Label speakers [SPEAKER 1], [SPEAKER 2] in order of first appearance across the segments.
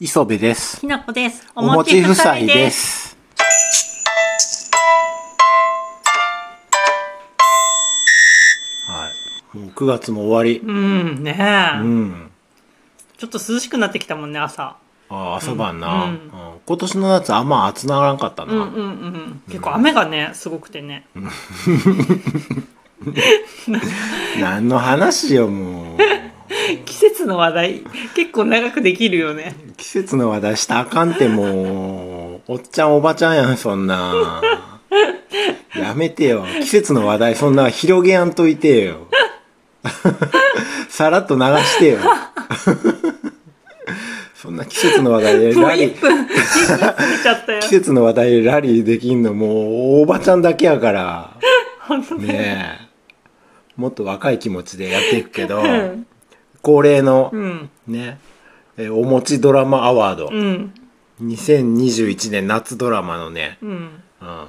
[SPEAKER 1] 磯部です。
[SPEAKER 2] きなこです。
[SPEAKER 1] お餅夫妻で。す。はい。もう9月も終わり。
[SPEAKER 2] うん、ね
[SPEAKER 1] う
[SPEAKER 2] え、
[SPEAKER 1] ん。
[SPEAKER 2] ちょっと涼しくなってきたもんね、朝。
[SPEAKER 1] ああ、朝晩な、
[SPEAKER 2] うん
[SPEAKER 1] うん今年の夏あんま暑ならんかったな。
[SPEAKER 2] うんうんうん。結構雨がね、すごくてね。
[SPEAKER 1] 何の話よ、もう。
[SPEAKER 2] 季節の話題、結構長くできるよね。
[SPEAKER 1] 季節の話題したらあかんって、もう。おっちゃんおばちゃんやん、そんな。やめてよ。季節の話題、そんな広げやんといてよ。さらっと流してよ。そんな季節の話題で
[SPEAKER 2] もう
[SPEAKER 1] ラリ
[SPEAKER 2] 1
[SPEAKER 1] ー、
[SPEAKER 2] 分、1分過ぎちゃったよ
[SPEAKER 1] 季。節の話題でラリーできんの、もうおばちゃんだけやから。
[SPEAKER 2] ほんとね。
[SPEAKER 1] ねえ。もっと若い気持ちでやっていくけど
[SPEAKER 2] う、ん。
[SPEAKER 1] 恒例の
[SPEAKER 2] うん。
[SPEAKER 1] ね、えおもちドラマアワード。
[SPEAKER 2] うん。
[SPEAKER 1] 2021年夏ドラマのね、
[SPEAKER 2] うん。
[SPEAKER 1] うん、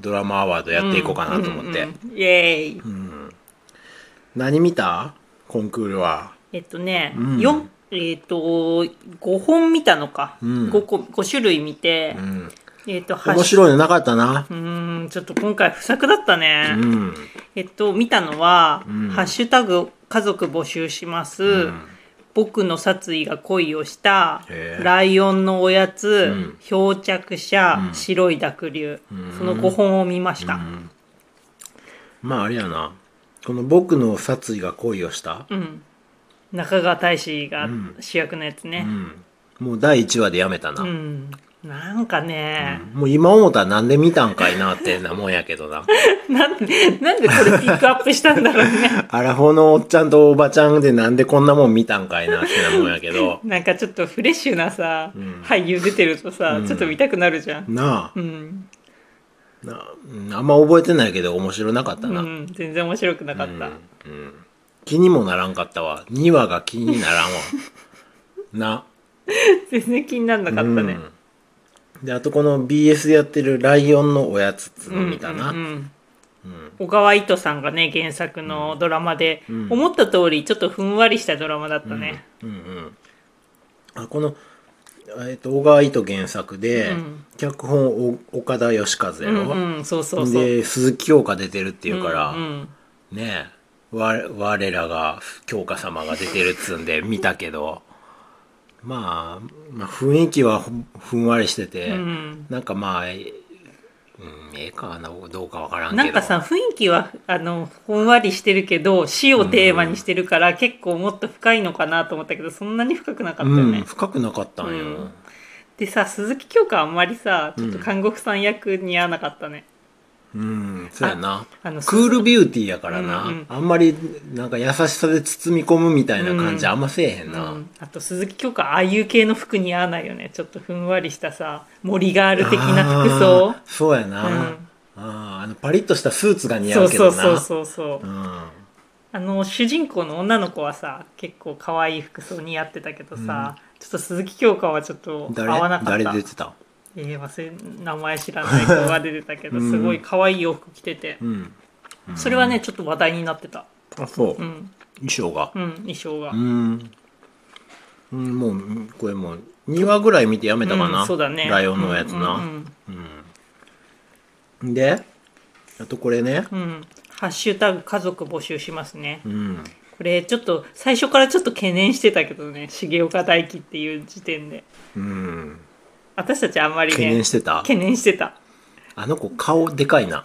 [SPEAKER 1] ドラマアワードやっていこうかなと思って、
[SPEAKER 2] うんうんうんイエーイ。
[SPEAKER 1] 何見たコンクールは
[SPEAKER 2] えっとね、
[SPEAKER 1] うん
[SPEAKER 2] よんえっと、5本見たのか。
[SPEAKER 1] うん
[SPEAKER 2] 5個、5種類見て
[SPEAKER 1] う、ん
[SPEAKER 2] えっと、はし
[SPEAKER 1] 面白いのなかったな
[SPEAKER 2] うーん、ちょっと今回不作だったね。
[SPEAKER 1] うん
[SPEAKER 2] えっと、見たのは、
[SPEAKER 1] うん
[SPEAKER 2] ハッシュタグ家族募集します、
[SPEAKER 1] うん
[SPEAKER 2] 僕の殺意が恋をした
[SPEAKER 1] へ、え
[SPEAKER 2] ライオンのおやつ、
[SPEAKER 1] うん
[SPEAKER 2] 漂着者、
[SPEAKER 1] うん
[SPEAKER 2] 白い濁流、
[SPEAKER 1] うん
[SPEAKER 2] その5本を見まし
[SPEAKER 1] う
[SPEAKER 2] た。
[SPEAKER 1] んまああれやなこの「僕の殺意が恋をした
[SPEAKER 2] うん。中川大志が
[SPEAKER 1] ん
[SPEAKER 2] 主役のやつ」
[SPEAKER 1] う
[SPEAKER 2] ね。
[SPEAKER 1] んもう第1話でやめたな、
[SPEAKER 2] うん。なんかね、
[SPEAKER 1] もう今思ったらなんで見たんかいなってなもんやけど な
[SPEAKER 2] なんで、なんでこれピックアップしたんだろ うね。
[SPEAKER 1] アラフォーのおっちゃんとおばちゃんでなんでこんなもん見たんかいなってなもんやけ ど
[SPEAKER 2] なんかちょっとフレッシュなさ、
[SPEAKER 1] ん
[SPEAKER 2] 俳優出てるとさ、
[SPEAKER 1] うん
[SPEAKER 2] ちょっと見たくなるじゃん。
[SPEAKER 1] なあ、
[SPEAKER 2] うん。
[SPEAKER 1] なうんあんま覚えてないけど面白なかったな、
[SPEAKER 2] うん、全然面白くなかった。
[SPEAKER 1] うんうん気にもならんかったわ2話が気にならんわ な
[SPEAKER 2] 全然気にならなかったね。
[SPEAKER 1] うんであとこの BS でやってる「ライオンのおやつ」っつう
[SPEAKER 2] う
[SPEAKER 1] の
[SPEAKER 2] ん
[SPEAKER 1] 見たな、
[SPEAKER 2] うんうん
[SPEAKER 1] うん
[SPEAKER 2] 小川糸さんがね原作のドラマで、
[SPEAKER 1] うん
[SPEAKER 2] 思った通りちょっとふんわりしたドラマだったね。
[SPEAKER 1] うんうんあこの、えっと小川糸原作で、
[SPEAKER 2] うん
[SPEAKER 1] 脚本お岡田義和や
[SPEAKER 2] うん、
[SPEAKER 1] ろ、
[SPEAKER 2] うんそうそうそう。
[SPEAKER 1] で鈴木京香出てるっていうから、
[SPEAKER 2] うんうん
[SPEAKER 1] ねえ我我らが京香様が出てるっつうんで見たけど、まあ、まあ雰囲気はふんふんわりしてて、
[SPEAKER 2] うん
[SPEAKER 1] なんかまあえ,、うん、ええかなどうかわからんけど
[SPEAKER 2] なんかさ雰囲気はあのふんわりしてるけど死をテーマにしてるから、結構もっと深いのかなと思ったけどそんなに深くなかったよ
[SPEAKER 1] う
[SPEAKER 2] ね。
[SPEAKER 1] ん、深くなかったんよ、
[SPEAKER 2] うんでさ鈴木京香はあんまりさちょっと監獄さん役似合わなかったね。
[SPEAKER 1] うんそうやな
[SPEAKER 2] あの
[SPEAKER 1] クールビューティーやからな、
[SPEAKER 2] うんうん
[SPEAKER 1] あんまりなんか優しさで包み込むみたいな感じ
[SPEAKER 2] うん
[SPEAKER 1] あんませえへんな、
[SPEAKER 2] うん、あと鈴木京香ああいう系の服似合わないよねちょっとふんわりしたさ森ガール的な服装
[SPEAKER 1] あーそうやな、
[SPEAKER 2] うん
[SPEAKER 1] あーあのパリッとしたスーツが似合
[SPEAKER 2] そうう
[SPEAKER 1] け
[SPEAKER 2] そ
[SPEAKER 1] ど
[SPEAKER 2] う
[SPEAKER 1] な
[SPEAKER 2] そうそうそう、
[SPEAKER 1] うん
[SPEAKER 2] あの主人公の女の子はさ結構可愛い服装似合ってたけどさ、ちょっと鈴木京香はちょっと合
[SPEAKER 1] 誰
[SPEAKER 2] わなかっ
[SPEAKER 1] 誰
[SPEAKER 2] た
[SPEAKER 1] 出てた
[SPEAKER 2] えー忘れ名前知らない子が出てたけど、
[SPEAKER 1] うん
[SPEAKER 2] すごい可愛い洋服着てて、
[SPEAKER 1] うん
[SPEAKER 2] それはねちょっと話題になってた
[SPEAKER 1] あそう、
[SPEAKER 2] うん
[SPEAKER 1] 衣装が
[SPEAKER 2] うん衣装が、
[SPEAKER 1] うん、うん、もううんこれもう2話ぐらい見てやめたかな、
[SPEAKER 2] うんそうだね
[SPEAKER 1] ライオンのやつな、
[SPEAKER 2] うんうん
[SPEAKER 1] であとこれね
[SPEAKER 2] うんうんハッシュタグ家族募集しますね
[SPEAKER 1] うん
[SPEAKER 2] これちょっと最初からちょっと懸念してたけどね重岡大樹っていう時点で
[SPEAKER 1] うん
[SPEAKER 2] 私たちあんまりね
[SPEAKER 1] 懸念してた
[SPEAKER 2] 懸念してた
[SPEAKER 1] あの子顔でかいな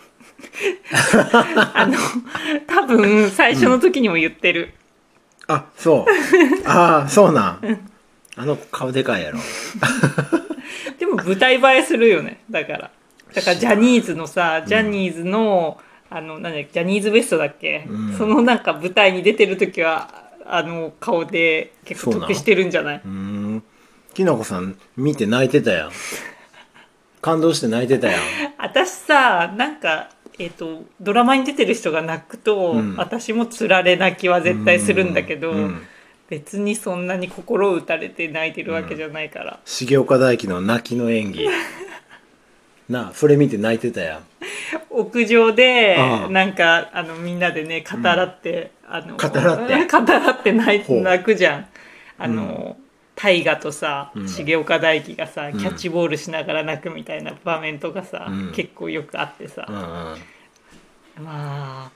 [SPEAKER 2] あの多分最初の時にも言ってる、
[SPEAKER 1] あそうああそうなんあの子顔でかいやろ
[SPEAKER 2] でも舞台映えするよねだからだからジャニーズのさジャニーズの、あのなんだっけジャニーズ WEST だっけ、
[SPEAKER 1] うん
[SPEAKER 2] そのなんか舞台に出てる時はあの顔で結
[SPEAKER 1] そう
[SPEAKER 2] 構
[SPEAKER 1] なの
[SPEAKER 2] 得してるんじゃない
[SPEAKER 1] うんきなこさん見て泣いてたやん感動して泣いてたやん
[SPEAKER 2] 私さなんかえっとドラマに出てる人が泣くと、
[SPEAKER 1] うん
[SPEAKER 2] 私もつられ泣きは絶対するんだけど、
[SPEAKER 1] うんうん
[SPEAKER 2] 別にそんなに心を打たれて泣いてるわけじゃないから、
[SPEAKER 1] 重岡大樹の泣きの演技なあそれ見て泣いてたやん
[SPEAKER 2] 屋上で
[SPEAKER 1] ああ
[SPEAKER 2] なんかあのみんなでね 語らって、あの
[SPEAKER 1] 語らって
[SPEAKER 2] 語らって泣
[SPEAKER 1] ほう
[SPEAKER 2] い泣くじゃんあの、大河とさ、
[SPEAKER 1] うん
[SPEAKER 2] 重岡大樹がさ
[SPEAKER 1] うん
[SPEAKER 2] キャッチボールしながら泣くみたいな場面とかさ、
[SPEAKER 1] うん
[SPEAKER 2] 結構よくあってさ、
[SPEAKER 1] うんうん
[SPEAKER 2] まあ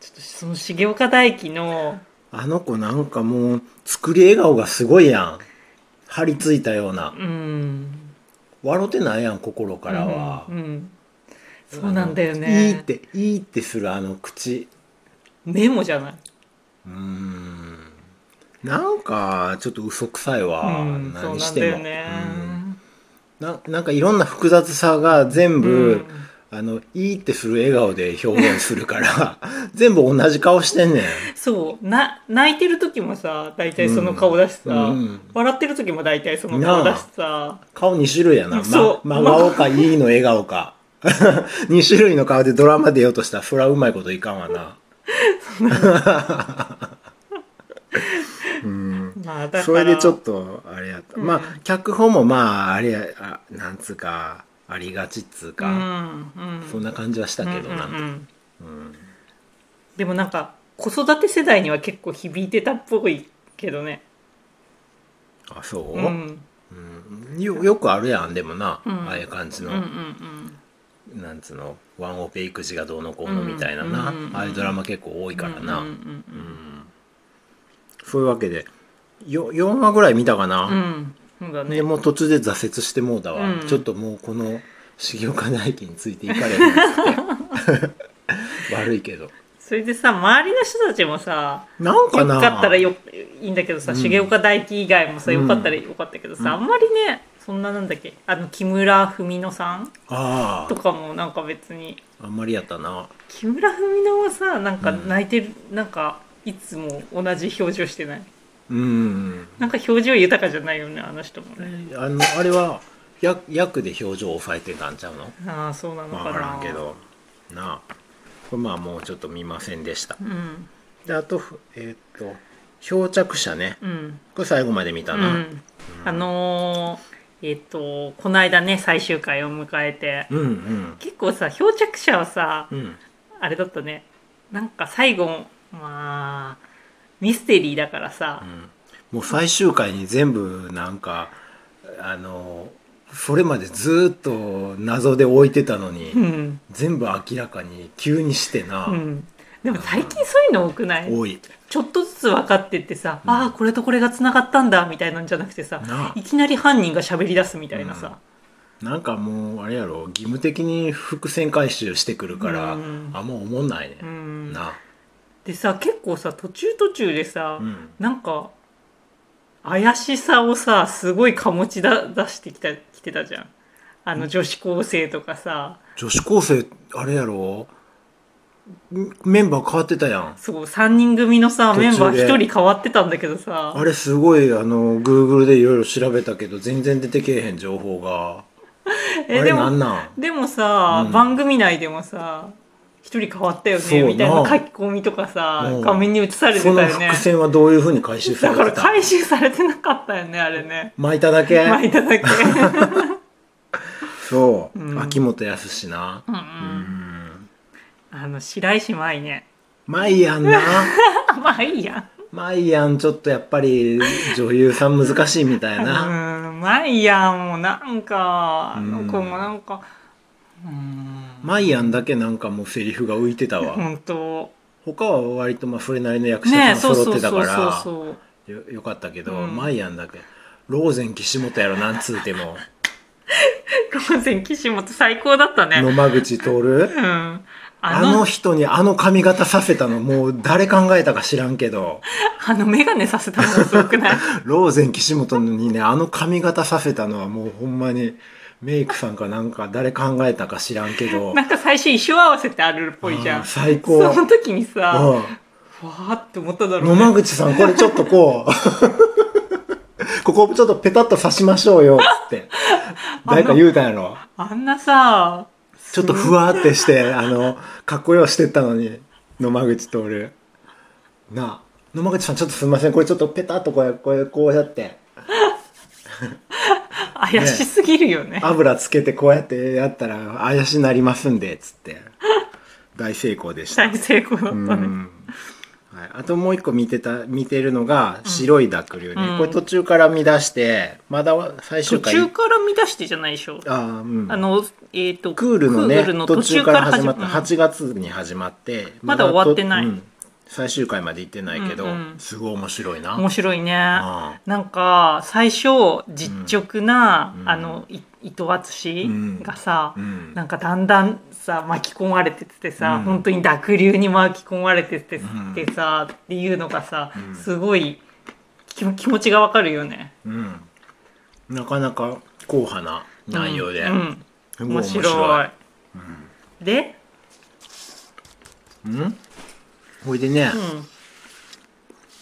[SPEAKER 2] ちょっとその重岡大樹の
[SPEAKER 1] あの子なんかもう作り笑顔がすごいやん張り付いたような
[SPEAKER 2] うん
[SPEAKER 1] 笑ってないやん心からは、
[SPEAKER 2] うんうんそうなんだよ
[SPEAKER 1] あのいい
[SPEAKER 2] ね
[SPEAKER 1] っていいってするあの口
[SPEAKER 2] メモじゃないう
[SPEAKER 1] ーんなんかちょっと嘘くさいわ、
[SPEAKER 2] うん、そう
[SPEAKER 1] 何
[SPEAKER 2] な
[SPEAKER 1] し
[SPEAKER 2] んだ
[SPEAKER 1] て
[SPEAKER 2] よ
[SPEAKER 1] も
[SPEAKER 2] ね
[SPEAKER 1] うんななんかいろんな複雑さが全部、
[SPEAKER 2] うん
[SPEAKER 1] あのいいってする笑顔で表現するから 全部同じ顔してんねん
[SPEAKER 2] そうな泣いてる時もさ大体その顔だしさ、
[SPEAKER 1] うんうん
[SPEAKER 2] 笑ってる時も大体その顔だしさ
[SPEAKER 1] 顔2種類やな、ま
[SPEAKER 2] そ、う
[SPEAKER 1] 真顔かいいの笑顔か2種類の顔でドラマ出ようとしたらそらうまいこといかんわな
[SPEAKER 2] まあだから
[SPEAKER 1] それでちょっとあれやった、
[SPEAKER 2] うん
[SPEAKER 1] まあ脚本もまああれやあなんつうかありがちっつう
[SPEAKER 2] う
[SPEAKER 1] か、
[SPEAKER 2] んうん、
[SPEAKER 1] そんな感じはしたけどな、
[SPEAKER 2] うんうんうんでもなんか子育て世代には結構響いてたっぽいけどね
[SPEAKER 1] あそう、
[SPEAKER 2] うんうん
[SPEAKER 1] うんよよくあるやんでもな、
[SPEAKER 2] うん
[SPEAKER 1] ああいう感じ
[SPEAKER 2] うん
[SPEAKER 1] の、
[SPEAKER 2] うん
[SPEAKER 1] なんつうのワンオペ育児がどうのこうのみたいなな、
[SPEAKER 2] うんうんうんうん
[SPEAKER 1] ああいうドラマ結構多いからな、
[SPEAKER 2] うんうん
[SPEAKER 1] そういうわけでよ4話ぐらい見たか
[SPEAKER 2] うんう
[SPEAKER 1] な、
[SPEAKER 2] んそうだね
[SPEAKER 1] ね、もう途中で挫折してもうだわ、
[SPEAKER 2] うん
[SPEAKER 1] ちょっともうこの重岡大樹についていかれへんっ つって悪いけど
[SPEAKER 2] それでさ周りの人たちもさ
[SPEAKER 1] なんか
[SPEAKER 2] よ
[SPEAKER 1] な
[SPEAKER 2] かったらよいいんだけどさ、
[SPEAKER 1] うん
[SPEAKER 2] 重岡大輝以外もさ
[SPEAKER 1] うん
[SPEAKER 2] よかったらよかったけどさ、あんまりねそんななんだっけあの木村文乃さん
[SPEAKER 1] あ
[SPEAKER 2] とかもなんか別に
[SPEAKER 1] ああんまりやったな
[SPEAKER 2] 木村文乃はさなんか泣いてる、なんかいつも同じ表情してない
[SPEAKER 1] うん
[SPEAKER 2] なんか表情豊かじゃないよねあの人もね
[SPEAKER 1] あのあれはや役で表情を抑えてたんちゃうの
[SPEAKER 2] ああそうなのかな
[SPEAKER 1] 分からんけどなあこれまあもうちょっと見ませんでした
[SPEAKER 2] うん
[SPEAKER 1] であとえーっと漂着者ね
[SPEAKER 2] うん
[SPEAKER 1] これ最後まで見た
[SPEAKER 2] う
[SPEAKER 1] な、
[SPEAKER 2] んあのー、えっ、とこの間ね最終回を迎えて、
[SPEAKER 1] うんうん
[SPEAKER 2] 結構さ漂着者はさ、
[SPEAKER 1] うん
[SPEAKER 2] あれだったねなんか最後まあミステリーだからさ、
[SPEAKER 1] もう最終回に全部なんかあのそれまでずっと謎で置いてたのに、
[SPEAKER 2] うん
[SPEAKER 1] 全部明らかに急にしてな、
[SPEAKER 2] うん、でも最近そういうの多くない
[SPEAKER 1] 多い
[SPEAKER 2] ちょっとずつ分かってってさ、ああこれとこれがつながったんだみたいなんじゃなくてさ
[SPEAKER 1] なあ
[SPEAKER 2] いきなり犯人が喋り出すみたいなさ、
[SPEAKER 1] なんかもうあれやろ義務的に伏線回収してくるから、
[SPEAKER 2] うん
[SPEAKER 1] あんま思んないね、
[SPEAKER 2] うん
[SPEAKER 1] な
[SPEAKER 2] でさ結構さ途中途中でさ、
[SPEAKER 1] うん
[SPEAKER 2] なんか怪しさをさすごい醸しだ出してきたきてたじゃんあの女子高生とかさ、
[SPEAKER 1] 女子高生あれやろんメンバー変わってたやん
[SPEAKER 2] そう3人組のさ
[SPEAKER 1] 途中で
[SPEAKER 2] メンバー1人変わってたんだけどさ
[SPEAKER 1] あれすごいあの Google でいろいろ調べたけど全然出てけえへん情報があ
[SPEAKER 2] え
[SPEAKER 1] れ
[SPEAKER 2] で
[SPEAKER 1] なん
[SPEAKER 2] も
[SPEAKER 1] なん
[SPEAKER 2] でもさ、
[SPEAKER 1] うん
[SPEAKER 2] 番組内でもさ1人変わったよ
[SPEAKER 1] そう
[SPEAKER 2] ね
[SPEAKER 1] な
[SPEAKER 2] みたいな書き込みとかさ
[SPEAKER 1] うん
[SPEAKER 2] 画面に映されてた
[SPEAKER 1] そ
[SPEAKER 2] よ
[SPEAKER 1] の
[SPEAKER 2] ね
[SPEAKER 1] 伏線はどういうふうに回収さ
[SPEAKER 2] だ
[SPEAKER 1] れて
[SPEAKER 2] から
[SPEAKER 1] た
[SPEAKER 2] 回収されてなかったよねあれね
[SPEAKER 1] 巻いただけ
[SPEAKER 2] 巻い ただけ
[SPEAKER 1] そう、
[SPEAKER 2] うん
[SPEAKER 1] 秋元康な
[SPEAKER 2] うんう
[SPEAKER 1] うんん
[SPEAKER 2] あの白石麻衣ね
[SPEAKER 1] まいやんな
[SPEAKER 2] あまあいいやん
[SPEAKER 1] まいやんちょっとやっぱり女優さん難しいみたいな
[SPEAKER 2] うん、マイヤーもなんか、あの子
[SPEAKER 1] うん
[SPEAKER 2] もなんか、うん、
[SPEAKER 1] まいやんだけなんかもうセリフが浮いてたわ
[SPEAKER 2] 本当。
[SPEAKER 1] 他は割とまあそれなりの役者
[SPEAKER 2] ねえ、
[SPEAKER 1] さ
[SPEAKER 2] そ
[SPEAKER 1] ん
[SPEAKER 2] う
[SPEAKER 1] 揃
[SPEAKER 2] そ
[SPEAKER 1] っ
[SPEAKER 2] う
[SPEAKER 1] てた
[SPEAKER 2] そ
[SPEAKER 1] か
[SPEAKER 2] うそう
[SPEAKER 1] ら
[SPEAKER 2] そう。
[SPEAKER 1] よよかったけど、
[SPEAKER 2] うん
[SPEAKER 1] まいやんだけローゼン岸本やろなんつうても
[SPEAKER 2] ローゼン岸本最高だったね。
[SPEAKER 1] 野間口徹
[SPEAKER 2] うん。あ
[SPEAKER 1] あ
[SPEAKER 2] の、
[SPEAKER 1] の人にあの髪型させたのもう誰考えたか知らんけど
[SPEAKER 2] あのメガネさせたのがすごくない
[SPEAKER 1] ローゼン岸本にね、あの髪型させたのはもうほんまに、メイクさんかなんか誰考えたか知らんけど、
[SPEAKER 2] なんか最初衣装合わせってあるっぽいじゃ
[SPEAKER 1] あー
[SPEAKER 2] ん。
[SPEAKER 1] 最
[SPEAKER 2] そ
[SPEAKER 1] 高。う
[SPEAKER 2] の時にさ、
[SPEAKER 1] ん
[SPEAKER 2] ふわーって思っただろ
[SPEAKER 1] 野
[SPEAKER 2] う
[SPEAKER 1] 間
[SPEAKER 2] ね。
[SPEAKER 1] 口さん、これちょっとこう、 ここちょっとペタッと刺しましょうよ、つって。誰か言うたんやろ。
[SPEAKER 2] あんなさ、
[SPEAKER 1] ちょっとふわーってして、あの、かっこよしてったのに、野間口徹。なあ、野間口さん、ちょっとすみません、これちょっとペタッとこうや、こうやこうやって。
[SPEAKER 2] 怪しすぎるよね。
[SPEAKER 1] 油つけてこうやってやったら怪しに なりますんでっつって大成功でした
[SPEAKER 2] 大成功だった
[SPEAKER 1] う
[SPEAKER 2] ね。
[SPEAKER 1] んはい、あともう一個見てた見てるのが「白い濁流ね」
[SPEAKER 2] うん
[SPEAKER 1] これ途中から見出してまだ最
[SPEAKER 2] 途
[SPEAKER 1] 終回
[SPEAKER 2] 中から見出してじゃないでしょ
[SPEAKER 1] あー、うん、
[SPEAKER 2] あのえっ、と
[SPEAKER 1] クールのね
[SPEAKER 2] クールの
[SPEAKER 1] 途
[SPEAKER 2] 途
[SPEAKER 1] 中
[SPEAKER 2] 中
[SPEAKER 1] か
[SPEAKER 2] からら
[SPEAKER 1] 始
[SPEAKER 2] 始
[SPEAKER 1] まっ
[SPEAKER 2] まったた
[SPEAKER 1] 8月に始まって
[SPEAKER 2] まだ
[SPEAKER 1] と
[SPEAKER 2] 終わってない
[SPEAKER 1] ん最終回まで行ってないけど、
[SPEAKER 2] うんうん
[SPEAKER 1] すごい面白いな
[SPEAKER 2] 面白いね
[SPEAKER 1] あ
[SPEAKER 2] なんか最初実直な、
[SPEAKER 1] うん
[SPEAKER 2] あのい伊藤
[SPEAKER 1] う
[SPEAKER 2] 淳
[SPEAKER 1] ん
[SPEAKER 2] がさ、
[SPEAKER 1] ーうん
[SPEAKER 2] なんかだんだんさ巻き込まれてってさ、
[SPEAKER 1] うん
[SPEAKER 2] 本当に濁流に巻き込まれてって
[SPEAKER 1] うん
[SPEAKER 2] ってさ、っていうのがさ
[SPEAKER 1] うん
[SPEAKER 2] すごい気気持ちがわかるよね。
[SPEAKER 1] うんなかなか硬派な内容で、
[SPEAKER 2] うんうん
[SPEAKER 1] すごい
[SPEAKER 2] 面白いで、
[SPEAKER 1] うんほいでね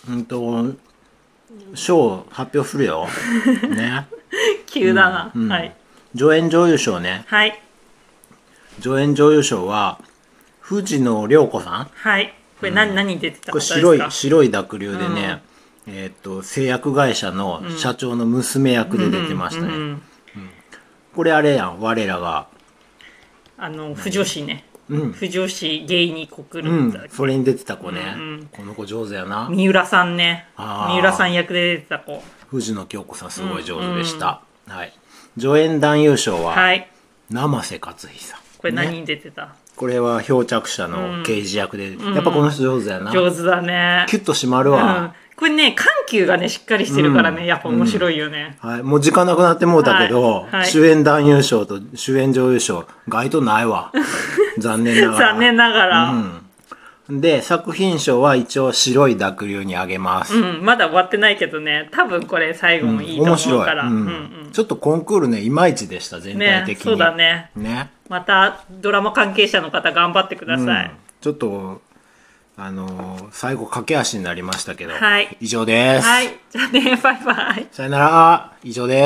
[SPEAKER 2] うん、
[SPEAKER 1] うんと賞発表する よね
[SPEAKER 2] 急だな、
[SPEAKER 1] うん
[SPEAKER 2] はい
[SPEAKER 1] 助演女優賞ね
[SPEAKER 2] はい
[SPEAKER 1] 助演女優賞は藤野涼子さん
[SPEAKER 2] はいこれ何、何に出てた
[SPEAKER 1] これ
[SPEAKER 2] 方ですか
[SPEAKER 1] 白い白い濁流でね、えーっと製薬会社の社長の娘役で出てましたね、
[SPEAKER 2] うんうんうん
[SPEAKER 1] これあれやん我らが
[SPEAKER 2] あの不女子ね、
[SPEAKER 1] うん、
[SPEAKER 2] 不女子ゲイに告
[SPEAKER 1] う
[SPEAKER 2] るんだっけ
[SPEAKER 1] ん、それに出てた子ね、
[SPEAKER 2] うんうん
[SPEAKER 1] この子上手やな
[SPEAKER 2] 三浦さんね
[SPEAKER 1] あー
[SPEAKER 2] 三浦さん役で出てた子
[SPEAKER 1] 藤野京子さんすごい上手でした、はい助演男優賞は、
[SPEAKER 2] はい
[SPEAKER 1] 生瀬勝久
[SPEAKER 2] これ何
[SPEAKER 1] ね
[SPEAKER 2] に出てた、
[SPEAKER 1] これは漂着者の刑事役で、やっぱこの人上手やな、
[SPEAKER 2] 上手だね
[SPEAKER 1] キュッと締まる
[SPEAKER 2] うん
[SPEAKER 1] わ、、
[SPEAKER 2] これね緩急がねしっかりしてるからね、
[SPEAKER 1] うん
[SPEAKER 2] やっぱ面白いよね、
[SPEAKER 1] はい、もう時間なくなってもうたけど、
[SPEAKER 2] はいはい
[SPEAKER 1] 主演男優賞と主演女優賞該当ない わ残念ながら
[SPEAKER 2] 残念ながら、うん
[SPEAKER 1] で作品賞は一応白い濁流にあげます、
[SPEAKER 2] まだ終わってないけどね多分これ最後もいいと
[SPEAKER 1] 面
[SPEAKER 2] 思う
[SPEAKER 1] 白
[SPEAKER 2] か
[SPEAKER 1] い、
[SPEAKER 2] ら、
[SPEAKER 1] う
[SPEAKER 2] うん
[SPEAKER 1] ん
[SPEAKER 2] うん
[SPEAKER 1] ちょっとコンクールねいまいちでした全体
[SPEAKER 2] ね
[SPEAKER 1] 的に
[SPEAKER 2] そうだね
[SPEAKER 1] ね
[SPEAKER 2] またドラマ関係者の方頑張ってください、
[SPEAKER 1] うんちょっとあのー最後駆け足になりましたけど、
[SPEAKER 2] はい
[SPEAKER 1] 以上です、
[SPEAKER 2] はいじゃあねバイバイ
[SPEAKER 1] さよなら以上です